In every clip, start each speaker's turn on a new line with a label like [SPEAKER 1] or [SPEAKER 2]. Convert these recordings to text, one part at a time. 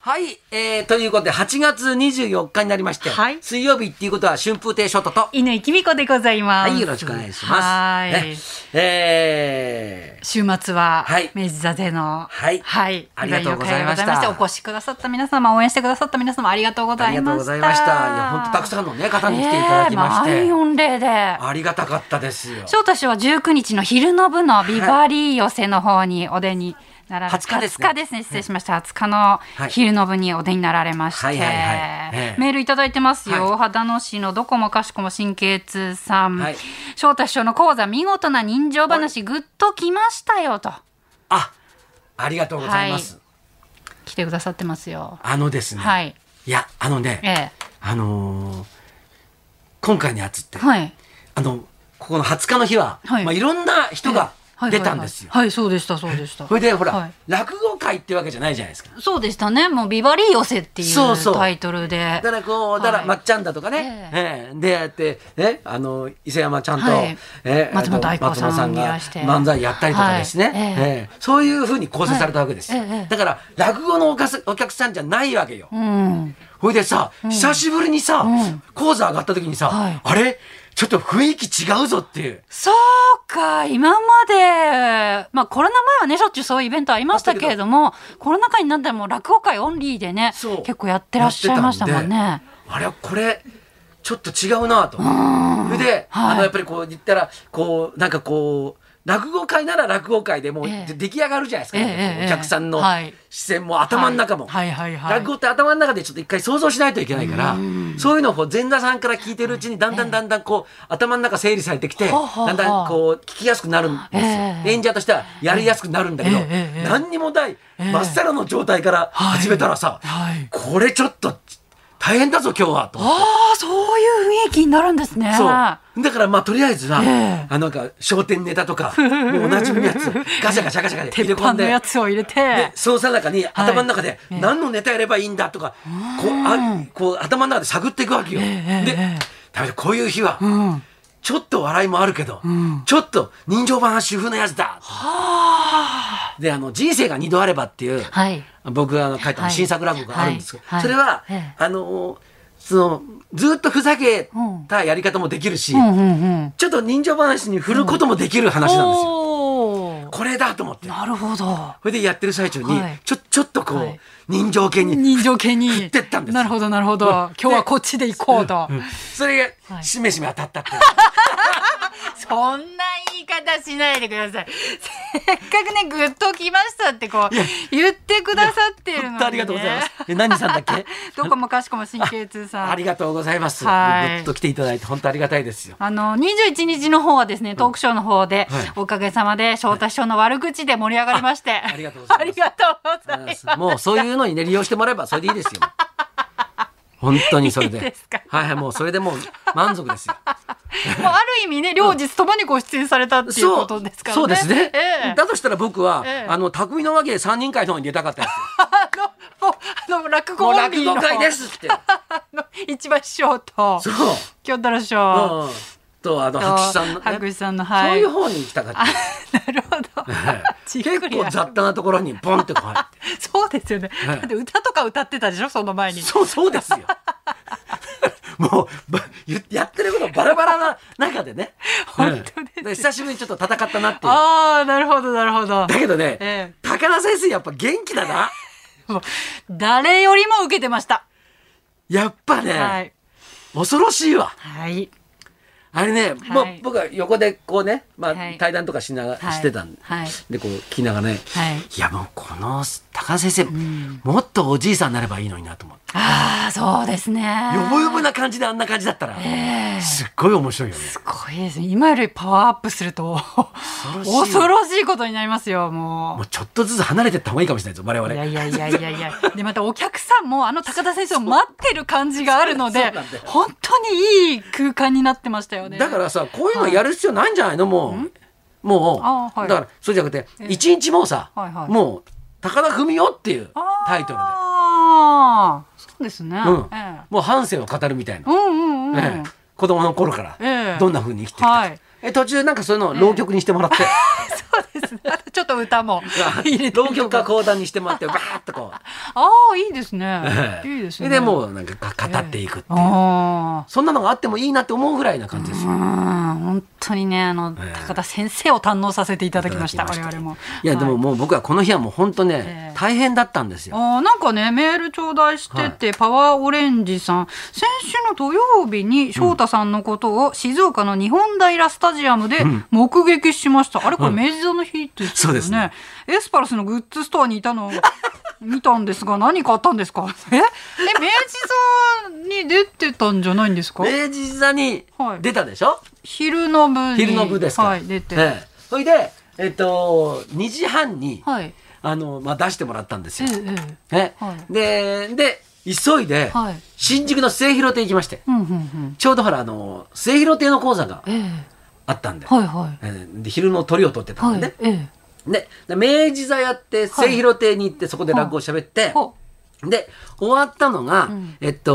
[SPEAKER 1] はい、えー、ということで、8月24日になりまして、
[SPEAKER 2] はい
[SPEAKER 1] 水曜日っていうことは春風亭昇太と、
[SPEAKER 2] 犬井きみこでございます。
[SPEAKER 1] はい、よろしくお願いします。
[SPEAKER 2] はい、
[SPEAKER 1] ねえー
[SPEAKER 2] 週末は、
[SPEAKER 1] はい
[SPEAKER 2] 明治座での、
[SPEAKER 1] はいありがとうございました
[SPEAKER 2] 祝の会がお越しくださった皆様、応援してくださった皆様、ありがとうござ
[SPEAKER 1] あり
[SPEAKER 2] い
[SPEAKER 1] がとう
[SPEAKER 2] ま
[SPEAKER 1] ご
[SPEAKER 2] した。
[SPEAKER 1] ざいました。いや、本当たくさんのね、方に来ていただきまして、
[SPEAKER 2] ええあ、満員御礼で。
[SPEAKER 1] ありがたかったですよ。
[SPEAKER 2] 翔太氏は19日の昼の部のビバリー寄せの方にお出になられ、
[SPEAKER 1] 20日ですね
[SPEAKER 2] 20ね失礼しました。20日の昼の部にお出になられまして、
[SPEAKER 1] はいはいはいええ
[SPEAKER 2] メールいただいてますよ。
[SPEAKER 1] は
[SPEAKER 2] 秦野市のどこもかしこも神経痛さん、
[SPEAKER 1] はい
[SPEAKER 2] 翔太師匠の講座見事な人情話ぐっときましたよと
[SPEAKER 1] あ、ありがとうございます。
[SPEAKER 2] は来てくださってますよ。
[SPEAKER 1] あのですね、、
[SPEAKER 2] はいい、
[SPEAKER 1] や、あのね、
[SPEAKER 2] ええ、
[SPEAKER 1] あのー今回のやつって、
[SPEAKER 2] はい、
[SPEAKER 1] あの、ここの20日の日は、
[SPEAKER 2] はい
[SPEAKER 1] いまあ、いろんな人が
[SPEAKER 2] はい
[SPEAKER 1] 出たんですよ。
[SPEAKER 2] はいはいはい、そうでしたそうでした。
[SPEAKER 1] それでほら、
[SPEAKER 2] はい
[SPEAKER 1] 落語会ってわけじゃないじゃないですか。
[SPEAKER 2] そうでしたね。もうビバリー寄せってい
[SPEAKER 1] そうそう
[SPEAKER 2] うタイトルで
[SPEAKER 1] だ。からこうだから
[SPEAKER 2] はい
[SPEAKER 1] まっちゃんだとかね、
[SPEAKER 2] え
[SPEAKER 1] ええでやってねあの伊勢山ちゃんと、
[SPEAKER 2] はい
[SPEAKER 1] ええ
[SPEAKER 2] 松本
[SPEAKER 1] あ
[SPEAKER 2] 愛
[SPEAKER 1] と
[SPEAKER 2] 子さん
[SPEAKER 1] 松本さん
[SPEAKER 2] い
[SPEAKER 1] が
[SPEAKER 2] らして
[SPEAKER 1] 漫才やったりとかですね、
[SPEAKER 2] はいえ
[SPEAKER 1] ええそういうふうに構成されたわけですよ、
[SPEAKER 2] はいええええ
[SPEAKER 1] だから落語のおかすお客さんじゃないわけよ、
[SPEAKER 2] うん。
[SPEAKER 1] ほいでさ、久しぶりにさ、
[SPEAKER 2] うん
[SPEAKER 1] 講座上がった時にさ、
[SPEAKER 2] はい
[SPEAKER 1] あれちょっと雰囲気違うぞっていう
[SPEAKER 2] そうか、今まで、まあコロナ前はね、しょっちゅうそういうイベントありましたけれども、コロナ禍になってもう落語会オンリーでね
[SPEAKER 1] そう、
[SPEAKER 2] 結構やってらっしゃいましたもん
[SPEAKER 1] やっ
[SPEAKER 2] ね
[SPEAKER 1] て。たんであれこれちょっと違うなとそれで、
[SPEAKER 2] はい
[SPEAKER 1] あのやっぱりこう言ったらこうなんかこう落語会なら落語会でもう
[SPEAKER 2] ええ
[SPEAKER 1] 出来上がるじゃないですか、
[SPEAKER 2] ええええ
[SPEAKER 1] お客さんの
[SPEAKER 2] はい
[SPEAKER 1] 視線も頭の中も、
[SPEAKER 2] はいはいはいはい
[SPEAKER 1] 落語って頭の中でちょっと一回想像しないといけないから、そういうのをこう前座さんから聞いてるうちにだんだんだんだんこう頭の中整理されてきて、
[SPEAKER 2] はあはあ
[SPEAKER 1] だんだんこう聞きやすくなるんですよ、
[SPEAKER 2] ええ
[SPEAKER 1] 演者としてはやりやすくなるんだけど、
[SPEAKER 2] ええええ
[SPEAKER 1] 何にもない
[SPEAKER 2] え
[SPEAKER 1] 真っさらの状態から始めたらさ、
[SPEAKER 2] はいはい
[SPEAKER 1] これちょっと大変だぞ今日はと思って。
[SPEAKER 2] ああ、そういう雰囲気になるんですね。
[SPEAKER 1] そう。だからまあとりあえずは、
[SPEAKER 2] ええ
[SPEAKER 1] あのなんか商店ネタとか、もうおなじみのやつ、 ガシャガシャガシャガシャ
[SPEAKER 2] 鉄
[SPEAKER 1] 入れ込
[SPEAKER 2] 板
[SPEAKER 1] ん
[SPEAKER 2] の
[SPEAKER 1] で、
[SPEAKER 2] やつを入れて
[SPEAKER 1] で、そのさなかに頭の中で
[SPEAKER 2] ええ
[SPEAKER 1] 何のネタやればいいんだとか、こうあこう頭の中で探っていくわけよ。
[SPEAKER 2] ええ
[SPEAKER 1] で
[SPEAKER 2] ええ、
[SPEAKER 1] だめだこういう日は、
[SPEAKER 2] うん。
[SPEAKER 1] ちょっと笑いもあるけど、ちょっと人情版は主婦のやつだ。で、あの人生が二度あればっていう、
[SPEAKER 2] はい。
[SPEAKER 1] 僕があの書いた
[SPEAKER 2] はい
[SPEAKER 1] 新作落語があるんですけど、
[SPEAKER 2] はいはい
[SPEAKER 1] それは、
[SPEAKER 2] ええ
[SPEAKER 1] あのそのずっとふざけたやり方もできるし、
[SPEAKER 2] うんうんうん。
[SPEAKER 1] ちょっと人情話に振ることもできる話なんですよ。
[SPEAKER 2] おー
[SPEAKER 1] これだと思って。
[SPEAKER 2] なるほど。
[SPEAKER 1] それでやってる最中に
[SPEAKER 2] はい、
[SPEAKER 1] ちょ、ちょっとこ
[SPEAKER 2] は
[SPEAKER 1] う
[SPEAKER 2] い、
[SPEAKER 1] 人情系に。
[SPEAKER 2] 人情系に。振
[SPEAKER 1] ってったんです
[SPEAKER 2] なるほどなるほど。今日はこっちで行こうと。
[SPEAKER 1] それ
[SPEAKER 2] は
[SPEAKER 1] が、
[SPEAKER 2] い
[SPEAKER 1] しめしめ当たった っていう。
[SPEAKER 2] そんな言い方しないでください。せっかくね、ぐっときましたってこう、言ってくださってるのに、ね。
[SPEAKER 1] 本当ありがとうございます。え、何さんだっけ
[SPEAKER 2] どこもかしこも神経痛さん。
[SPEAKER 1] ありがとうございます。ぐ
[SPEAKER 2] はい
[SPEAKER 1] っと来ていただいて、本当ありがたいですよ。
[SPEAKER 2] あの21日の方はですねトークショーの方で、
[SPEAKER 1] はい
[SPEAKER 2] おかげさまで翔太師匠の悪口で盛り上がりまして、
[SPEAKER 1] ありがとうございます
[SPEAKER 2] ありがとうございます
[SPEAKER 1] もうそういうのにね、利用してもらえばそれでいいですよ。本当にそれ
[SPEAKER 2] いい
[SPEAKER 1] で
[SPEAKER 2] ですか。
[SPEAKER 1] はいはい、もうそれでもう満足 ですよ。
[SPEAKER 2] もうある意味ね両日ともにご出演されたっていうことですからね
[SPEAKER 1] そうですね。
[SPEAKER 2] ええ
[SPEAKER 1] だとしたら僕は
[SPEAKER 2] ええ、
[SPEAKER 1] あの、匠のわけで3人会の方に出たかったですよ。
[SPEAKER 2] あのもうあの落
[SPEAKER 1] も
[SPEAKER 2] 語
[SPEAKER 1] う
[SPEAKER 2] オン
[SPEAKER 1] 落
[SPEAKER 2] リーの
[SPEAKER 1] 語会ですって。
[SPEAKER 2] あの一番師匠と
[SPEAKER 1] そう。
[SPEAKER 2] 京太郎師
[SPEAKER 1] う
[SPEAKER 2] 匠
[SPEAKER 1] んと、あの、
[SPEAKER 2] と
[SPEAKER 1] 白紙さんのね。
[SPEAKER 2] 白紙さんの
[SPEAKER 1] そう
[SPEAKER 2] はい
[SPEAKER 1] いう方に行きたかった。
[SPEAKER 2] なるほ どじっくり
[SPEAKER 1] 結構雑多なところにボンってこう入って。
[SPEAKER 2] そうですよね、
[SPEAKER 1] はい
[SPEAKER 2] だって歌とか歌ってたでしょその前に
[SPEAKER 1] そう、そうです よ。もうばゆやってることバラバラな中でね
[SPEAKER 2] 本当です
[SPEAKER 1] うんで久しぶりにちょっと戦ったなっていう
[SPEAKER 2] ああなるほどなるほど
[SPEAKER 1] だけどね、
[SPEAKER 2] ええ
[SPEAKER 1] 高田先生やっぱ元気だな
[SPEAKER 2] もう誰よりも受けてました
[SPEAKER 1] やっぱね、
[SPEAKER 2] はい
[SPEAKER 1] 恐ろしいわ
[SPEAKER 2] はい
[SPEAKER 1] あれね、もう
[SPEAKER 2] はい
[SPEAKER 1] 僕は横でこうね、まあ
[SPEAKER 2] はい
[SPEAKER 1] 対談とかしながら、
[SPEAKER 2] はい
[SPEAKER 1] してたんで、
[SPEAKER 2] はい
[SPEAKER 1] でこう聞きながらね、
[SPEAKER 2] はい
[SPEAKER 1] やもうこの高田先生、もっとおじいさんになればいいのになと思って
[SPEAKER 2] ああそうですね
[SPEAKER 1] よぼよぼな感じであんな感じだったら、
[SPEAKER 2] ええ
[SPEAKER 1] すっごい面白いよね
[SPEAKER 2] すごいですね今よりパワーアップすると
[SPEAKER 1] ろしい
[SPEAKER 2] 恐ろしいことになりますよもう
[SPEAKER 1] もうちょっとずつ離れてった方がいいかもしれないですよ我々
[SPEAKER 2] いやいやいやいやいやでまたお客さんもあの高田先生を待ってる感じがある の
[SPEAKER 1] そうそ
[SPEAKER 2] で
[SPEAKER 1] うなんだよ
[SPEAKER 2] 本当にいい空間になってましたよね
[SPEAKER 1] だからさこういうのやる必要ないんじゃないのもう、もう、
[SPEAKER 2] あはい
[SPEAKER 1] だからそうじゃなくて一日もうさ、
[SPEAKER 2] はいはい
[SPEAKER 1] もう高田文夫っていう
[SPEAKER 2] あー
[SPEAKER 1] タイトルで、
[SPEAKER 2] あーそうですね、
[SPEAKER 1] うん
[SPEAKER 2] ええ
[SPEAKER 1] もう半生を語るみたいな、
[SPEAKER 2] うんうんうん、
[SPEAKER 1] ええ子供の頃か
[SPEAKER 2] え
[SPEAKER 1] ら
[SPEAKER 2] え
[SPEAKER 1] どんな風に生きてきたか、
[SPEAKER 2] はい
[SPEAKER 1] え途中なんかそういうのを浪曲にしてもらって、
[SPEAKER 2] ですね。あとちょっと歌も入れて
[SPEAKER 1] 浪曲家講談にしてもらってバーッと こ
[SPEAKER 2] ああいいですね。
[SPEAKER 1] う
[SPEAKER 2] いいですね。
[SPEAKER 1] でもうなんかか語っていくっていう、
[SPEAKER 2] ああ。
[SPEAKER 1] そんなのがあってもいいなって思うぐらいな感じです
[SPEAKER 2] う
[SPEAKER 1] よ、
[SPEAKER 2] ん本当にねあの、
[SPEAKER 1] ええ
[SPEAKER 2] 高田先生を堪能させていただきました
[SPEAKER 1] いただきまし
[SPEAKER 2] 我
[SPEAKER 1] た
[SPEAKER 2] 々も
[SPEAKER 1] いやでも
[SPEAKER 2] は
[SPEAKER 1] もう僕はこの日はもう本当
[SPEAKER 2] え
[SPEAKER 1] ね
[SPEAKER 2] え
[SPEAKER 1] 大変だったんですよ、
[SPEAKER 2] あーなんかねメール頂戴してて、パワーオレンジさん先週の土曜日に翔太さんのことを静岡の日本平スタジアムで目撃しました、あれこれ明治座の日です
[SPEAKER 1] そ
[SPEAKER 2] よ
[SPEAKER 1] う
[SPEAKER 2] ね,、
[SPEAKER 1] ですね
[SPEAKER 2] エスパルスのグッズストアにいたのを 見たんですが何買ったんですかええ明治座に出てたんじゃないんですか
[SPEAKER 1] 明治座に出たでしょ、
[SPEAKER 2] 昼の部に
[SPEAKER 1] 昼の部ですか、
[SPEAKER 2] はい出て、
[SPEAKER 1] ええそれでえっと2時半に、
[SPEAKER 2] はい
[SPEAKER 1] あのまあ、出してもらったんです
[SPEAKER 2] え
[SPEAKER 1] よ
[SPEAKER 2] え、ええ
[SPEAKER 1] ええ
[SPEAKER 2] はい
[SPEAKER 1] でで急いで
[SPEAKER 2] はい
[SPEAKER 1] 新宿の末広亭行きまして、
[SPEAKER 2] うんうんうん
[SPEAKER 1] ちょうどほらあの末広亭の講座が
[SPEAKER 2] ええ
[SPEAKER 1] あったんで,、
[SPEAKER 2] はいはい
[SPEAKER 1] ええで昼の鳥を取ってた
[SPEAKER 2] は
[SPEAKER 1] ん
[SPEAKER 2] い、
[SPEAKER 1] でね、
[SPEAKER 2] ええ
[SPEAKER 1] でで明治座やって末広亭に行ってそこで落語を喋って、
[SPEAKER 2] ほ
[SPEAKER 1] で終わったのが、
[SPEAKER 2] ん
[SPEAKER 1] えっと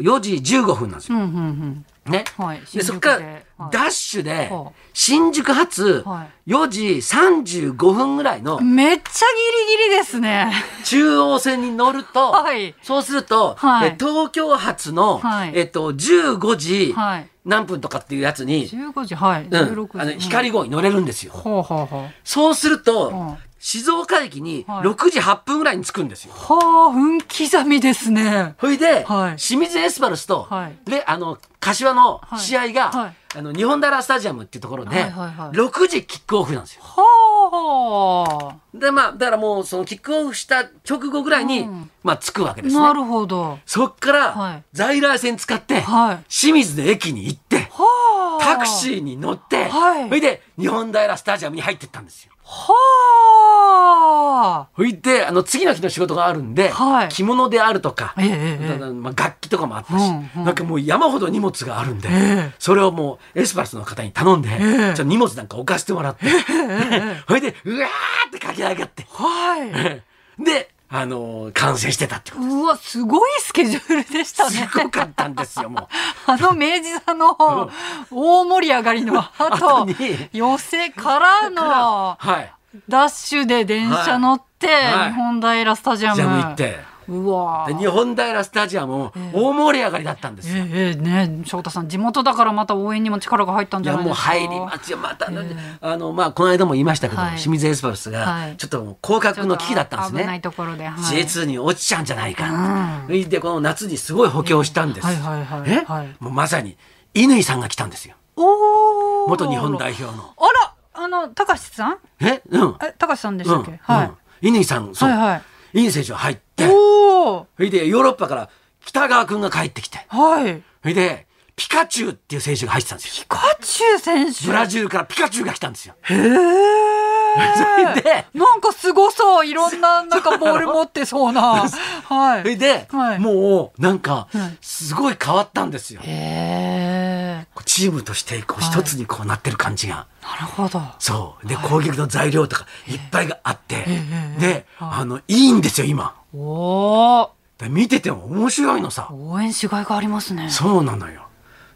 [SPEAKER 1] 4時15分なんです
[SPEAKER 2] う
[SPEAKER 1] よ、
[SPEAKER 2] うんうんうん
[SPEAKER 1] ね、
[SPEAKER 2] はい
[SPEAKER 1] で
[SPEAKER 2] 新
[SPEAKER 1] そこ
[SPEAKER 2] 宿で
[SPEAKER 1] から
[SPEAKER 2] はい
[SPEAKER 1] ダッシュで
[SPEAKER 2] ほう
[SPEAKER 1] 新宿発
[SPEAKER 2] は
[SPEAKER 1] 4時35分ぐらいの
[SPEAKER 2] めっちゃギリギリですね。
[SPEAKER 1] 中央線に乗ると、
[SPEAKER 2] はい
[SPEAKER 1] そうすると、
[SPEAKER 2] はい
[SPEAKER 1] え東京発の、
[SPEAKER 2] はい
[SPEAKER 1] えっと、15時
[SPEAKER 2] はい。
[SPEAKER 1] 何分とかっていうやつに、
[SPEAKER 2] 十五時はい。
[SPEAKER 1] うん
[SPEAKER 2] 十六時。
[SPEAKER 1] あの光号に乗れるんですよ。
[SPEAKER 2] ほうほうほう。
[SPEAKER 1] そうすると、
[SPEAKER 2] うん
[SPEAKER 1] 静岡駅に
[SPEAKER 2] はい
[SPEAKER 1] 6時8分ぐらいに着くんですよ。
[SPEAKER 2] はあ、分刻みですね。
[SPEAKER 1] それで、
[SPEAKER 2] はい
[SPEAKER 1] 清水エスパルスと、
[SPEAKER 2] はい
[SPEAKER 1] であの柏の
[SPEAKER 2] はい
[SPEAKER 1] 試合が、
[SPEAKER 2] はい
[SPEAKER 1] あの日本ダラスタジアムっていうところで、
[SPEAKER 2] はいはいはい
[SPEAKER 1] 6時キックオフなんですよ。
[SPEAKER 2] は
[SPEAKER 1] でまあだからもうそのキックオフした直後ぐらいに、
[SPEAKER 2] うん
[SPEAKER 1] まあ着くわけ
[SPEAKER 2] あ。
[SPEAKER 1] ですね
[SPEAKER 2] な。るほど。
[SPEAKER 1] そっから、
[SPEAKER 2] はい
[SPEAKER 1] 在来線使って、
[SPEAKER 2] はい
[SPEAKER 1] 清水の駅に行って
[SPEAKER 2] はあ。
[SPEAKER 1] タクシーに乗って、
[SPEAKER 2] はい
[SPEAKER 1] それで日本平スタジアムに入ってったんですよ。
[SPEAKER 2] は
[SPEAKER 1] それであの次の日の仕事があるんで、
[SPEAKER 2] はい
[SPEAKER 1] 着物であるとか
[SPEAKER 2] あ。、ええええええ。
[SPEAKER 1] まあ、楽器とかもあったし、
[SPEAKER 2] うんうん
[SPEAKER 1] なんかもう山ほど荷物があるんで、
[SPEAKER 2] ええ
[SPEAKER 1] それをもうエスパルスの方に頼んで、ちょっと荷物なんか置かせてもらって、 それでうわーって駆け上がって
[SPEAKER 2] は い。
[SPEAKER 1] で、あのー完成してたってこと
[SPEAKER 2] うわ、すごいスケジュールでした
[SPEAKER 1] す
[SPEAKER 2] ね。
[SPEAKER 1] ごかったんですよもう。
[SPEAKER 2] あの明治座の大盛り上がりの後
[SPEAKER 1] 後に、
[SPEAKER 2] 寄せからの。
[SPEAKER 1] はい
[SPEAKER 2] ダッシュで電車乗って、
[SPEAKER 1] いはい
[SPEAKER 2] 日本平スタジアム
[SPEAKER 1] ジャム行って。
[SPEAKER 2] うわ
[SPEAKER 1] で
[SPEAKER 2] ー
[SPEAKER 1] 日本平スタジアムも大盛り上がりだったんですよ。
[SPEAKER 2] ええええね翔太さん地元だからまた応援にも力が入ったん
[SPEAKER 1] い
[SPEAKER 2] じゃ
[SPEAKER 1] や
[SPEAKER 2] ない
[SPEAKER 1] も
[SPEAKER 2] で
[SPEAKER 1] う
[SPEAKER 2] すか
[SPEAKER 1] 入りますよまた、
[SPEAKER 2] え
[SPEAKER 1] あのまあこの間も言いましたけど、
[SPEAKER 2] はい
[SPEAKER 1] 清水エスパルス
[SPEAKER 2] は
[SPEAKER 1] が
[SPEAKER 2] い
[SPEAKER 1] ちょっともう降格の危機だったんです
[SPEAKER 2] ちょと危ない
[SPEAKER 1] ね、
[SPEAKER 2] ところで、はい
[SPEAKER 1] J2 に落ちちゃうんじゃないか、
[SPEAKER 2] う
[SPEAKER 1] でこの夏にすごい補強したんです、
[SPEAKER 2] はいはいはい
[SPEAKER 1] え
[SPEAKER 2] はい
[SPEAKER 1] もうまさに乾さんが来たんですよ
[SPEAKER 2] おー
[SPEAKER 1] 元日本代表の
[SPEAKER 2] あらあの高橋さん
[SPEAKER 1] えうん
[SPEAKER 2] え高橋さんでし
[SPEAKER 1] う
[SPEAKER 2] た
[SPEAKER 1] ん
[SPEAKER 2] っけ、はい、
[SPEAKER 1] うん乾さんそう、
[SPEAKER 2] はいはい
[SPEAKER 1] 乾選手が入って
[SPEAKER 2] おお
[SPEAKER 1] それでヨーロッパから北川君が帰ってきて
[SPEAKER 2] はい
[SPEAKER 1] それでピカチュウっていう選手が入ってたんですよ
[SPEAKER 2] ピカチュウ選手
[SPEAKER 1] ブラジルからピカチュウが来たんですよ。
[SPEAKER 2] へー
[SPEAKER 1] それで
[SPEAKER 2] なんかすごそういろんななんかボール持ってそ うなは
[SPEAKER 1] それ
[SPEAKER 2] い
[SPEAKER 1] で、
[SPEAKER 2] はい
[SPEAKER 1] もうなんか
[SPEAKER 2] はい
[SPEAKER 1] すごい変わったんですよ。
[SPEAKER 2] へえ
[SPEAKER 1] チームとしてこう
[SPEAKER 2] はい
[SPEAKER 1] 一つにこうなってる感じが。
[SPEAKER 2] なるほど
[SPEAKER 1] そう。で、攻撃の材料とかいっぱいがあって
[SPEAKER 2] え。え
[SPEAKER 1] で、
[SPEAKER 2] はい
[SPEAKER 1] あの、いいんですよ、今。
[SPEAKER 2] おお
[SPEAKER 1] で見てても面白いのさ。
[SPEAKER 2] 応援しがいがありますね。
[SPEAKER 1] そうなのよ。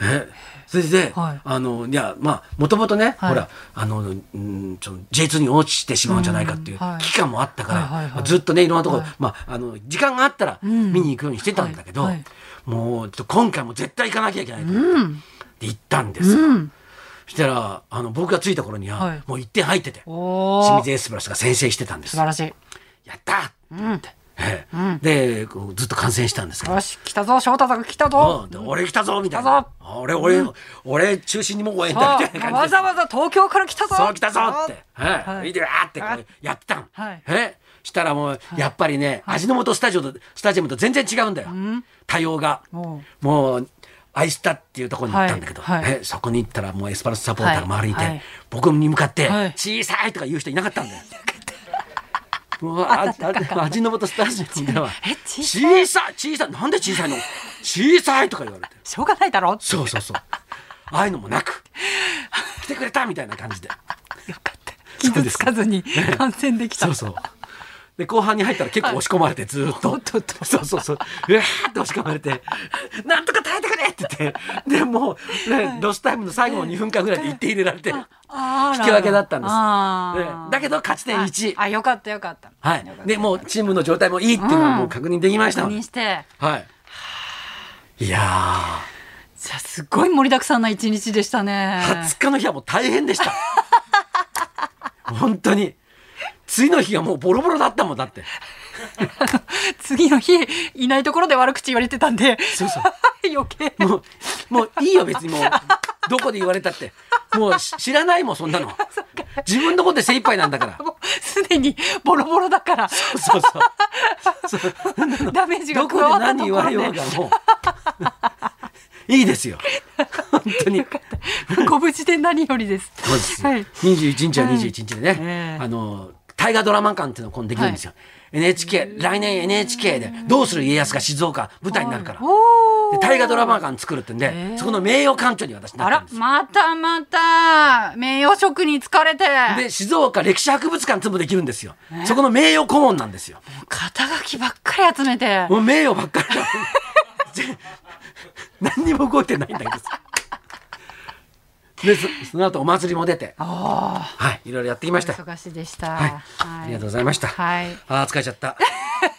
[SPEAKER 1] えそれで、
[SPEAKER 2] はい
[SPEAKER 1] あのいやまあもともとね、
[SPEAKER 2] はい
[SPEAKER 1] ほらあのうんちょ J2 に落ちてしまうんじゃないかっていう
[SPEAKER 2] うんはい
[SPEAKER 1] 危機感もあったから、
[SPEAKER 2] はいはいはい
[SPEAKER 1] ずっとねいろんなところ、
[SPEAKER 2] はい
[SPEAKER 1] まああの時間があったら
[SPEAKER 2] ん
[SPEAKER 1] 見に行くようにしてたんだけど、
[SPEAKER 2] はいはい
[SPEAKER 1] もうちょっと今回も絶対行かなきゃいけないと思って
[SPEAKER 2] うん。
[SPEAKER 1] で行ったんですよ。
[SPEAKER 2] うん。
[SPEAKER 1] そしたらあの僕が着いた頃には、
[SPEAKER 2] はい
[SPEAKER 1] もう1点入ってて
[SPEAKER 2] お
[SPEAKER 1] 清
[SPEAKER 2] お。素
[SPEAKER 1] 水エスプラスが先制してたんです。
[SPEAKER 2] 晴らしい。
[SPEAKER 1] やったー
[SPEAKER 2] うん。
[SPEAKER 1] ええ
[SPEAKER 2] うん
[SPEAKER 1] でこうずっと観戦したんですけど
[SPEAKER 2] よし、来たぞ、翔太さんが来たぞ。
[SPEAKER 1] うんで俺来たぞみたい
[SPEAKER 2] 来た
[SPEAKER 1] な
[SPEAKER 2] ぞ。
[SPEAKER 1] あ俺、俺、俺中心にもう応援
[SPEAKER 2] そ
[SPEAKER 1] だみたいな
[SPEAKER 2] う、
[SPEAKER 1] 感
[SPEAKER 2] わ
[SPEAKER 1] じで
[SPEAKER 2] ざ。わざ東京から来たぞ。
[SPEAKER 1] そう来たぞって。
[SPEAKER 2] は
[SPEAKER 1] はいい。見てわーってこうやってたん
[SPEAKER 2] はい。
[SPEAKER 1] えしたらもう、やっぱりね、味の素スタジオと、スタジアムと全然違うんだよ。対応が。
[SPEAKER 2] も
[SPEAKER 1] もう、アイスタっていうところに行ったんだけど、
[SPEAKER 2] はいはい
[SPEAKER 1] えそこに行ったらもうエスパルスサポーターが周りにいて、
[SPEAKER 2] はいはい
[SPEAKER 1] 僕に向かって
[SPEAKER 2] はい
[SPEAKER 1] 「小さい!」とか言う人いなかったんだよ。 もうああ味の素スタジアムでは
[SPEAKER 2] え
[SPEAKER 1] 「
[SPEAKER 2] 小
[SPEAKER 1] 小さい小さいなんで小さいの小さい!」とか言われて。
[SPEAKER 2] う、しょうがないだろ。よ
[SPEAKER 1] そうそうそう。ああいうのもな く、来てくれたみたいな感じで。
[SPEAKER 2] かった。傷つかずに感染できた。
[SPEAKER 1] そうそう。で、後半に入ったら結構押し込まれて、ずーっと。そうそうそう。うわーって押し込まれて、なんとか耐えてくれれ!」って言ってでもう、ねロスタイムの最後の2分間ぐらいで1点入れられて引
[SPEAKER 2] あら
[SPEAKER 1] き分けだったんです。
[SPEAKER 2] あ
[SPEAKER 1] ね
[SPEAKER 2] ー
[SPEAKER 1] だけど勝ち点1
[SPEAKER 2] あ。あ、よかったよかった。
[SPEAKER 1] はい
[SPEAKER 2] よかっ、た
[SPEAKER 1] でもうチームの状態もいいっていうのはもう確認できました、
[SPEAKER 2] 確認して。
[SPEAKER 1] はいいや
[SPEAKER 2] じゃあすごい盛りだくさんな一日でしたね
[SPEAKER 1] ー。20日の日はもう大変でした 本当に次の日がもうボロボロだったもんだって
[SPEAKER 2] 次の日、いないところで悪口言われてたんで、
[SPEAKER 1] そうそう
[SPEAKER 2] 余計。
[SPEAKER 1] もうもういいよ別にもうどこで言われたってもうし知らないもんそんなの自分のことで精一杯なんだから
[SPEAKER 2] もうすでにボロボロだから、
[SPEAKER 1] そうそう
[SPEAKER 2] ダメージが
[SPEAKER 1] ど
[SPEAKER 2] 加
[SPEAKER 1] こで
[SPEAKER 2] わった
[SPEAKER 1] 何
[SPEAKER 2] と
[SPEAKER 1] 言
[SPEAKER 2] こ
[SPEAKER 1] わ
[SPEAKER 2] ろ
[SPEAKER 1] れよう
[SPEAKER 2] で、
[SPEAKER 1] がも ういいですよ本当に
[SPEAKER 2] ご無事で何よりです。
[SPEAKER 1] そうです。
[SPEAKER 2] はい。
[SPEAKER 1] 21日は21日でね、
[SPEAKER 2] ええ
[SPEAKER 1] あの、大河ドラマ館っていうのが今度できるんですよ。NHK、来年 NHK で、どうする家康が静岡舞台になるから。
[SPEAKER 2] お
[SPEAKER 1] で
[SPEAKER 2] ー
[SPEAKER 1] 大河ドラマ館作るってんで、
[SPEAKER 2] ええ
[SPEAKER 1] そこの名誉館長に私な
[SPEAKER 2] あ
[SPEAKER 1] ったん
[SPEAKER 2] ら
[SPEAKER 1] で、すよ。
[SPEAKER 2] またまた、名誉職に疲れて。
[SPEAKER 1] で、静岡歴史博物館つもできるんですよ。そこの名誉顧問なんですよ。
[SPEAKER 2] 肩書きばっかり集めて。
[SPEAKER 1] もう名誉ばっかりだ 全何にも動いてないんだけどさでそその後お祭りも出て
[SPEAKER 2] あ
[SPEAKER 1] はいいろいろやってきました
[SPEAKER 2] あ、忙しいでした。
[SPEAKER 1] はい、
[SPEAKER 2] はい
[SPEAKER 1] ありがとうございました、
[SPEAKER 2] はい
[SPEAKER 1] あー疲れち ゃった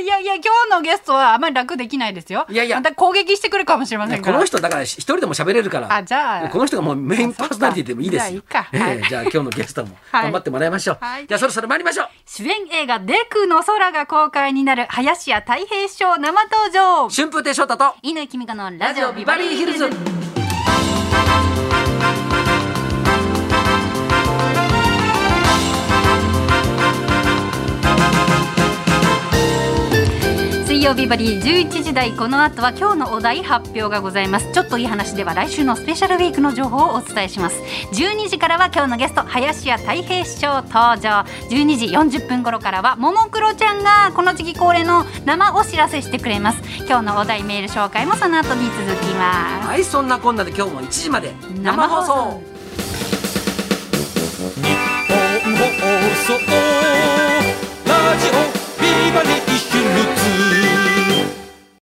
[SPEAKER 2] いやいや、今日のゲストはあまり楽できないですよ。
[SPEAKER 1] いやいや
[SPEAKER 2] また攻撃してくるかもしれませんか
[SPEAKER 1] こ
[SPEAKER 2] ら。
[SPEAKER 1] の人だから一人でも喋れるから
[SPEAKER 2] あじゃあ
[SPEAKER 1] この人がもうメインパーソナリティでもいいですよ
[SPEAKER 2] じゃあいいか
[SPEAKER 1] ええ
[SPEAKER 2] はい
[SPEAKER 1] じゃあ今日のゲストも
[SPEAKER 2] はい
[SPEAKER 1] 頑張ってもらいましょう、
[SPEAKER 2] はい
[SPEAKER 1] じゃあそろそろ参りましょう
[SPEAKER 2] 主演映画デクの空が公開になる林家太平師匠生登場。
[SPEAKER 1] 春風亭昇太と
[SPEAKER 2] 犬君香の
[SPEAKER 1] ラ
[SPEAKER 2] ラ
[SPEAKER 1] ジ
[SPEAKER 2] ジ
[SPEAKER 1] オ
[SPEAKER 2] オ
[SPEAKER 1] ビ
[SPEAKER 2] ビ
[SPEAKER 1] バ
[SPEAKER 2] バ
[SPEAKER 1] リ
[SPEAKER 2] リ
[SPEAKER 1] ー
[SPEAKER 2] ー
[SPEAKER 1] ヒ
[SPEAKER 2] ヒ
[SPEAKER 1] ルズ
[SPEAKER 2] ルズ。水曜日バリー11時台この後は今日のお題発表がございますちょっといい話では来週のスペシャルウィークの情報をお伝えします12時からは今日のゲスト林家太平師匠登場12時40分頃からはももクロちゃんがこの時期恒例の生お知らせしてくれます今日のお題メール紹介もその後に続きま
[SPEAKER 1] はいそんなこんなで今日も1時まです生放送
[SPEAKER 3] 日本放送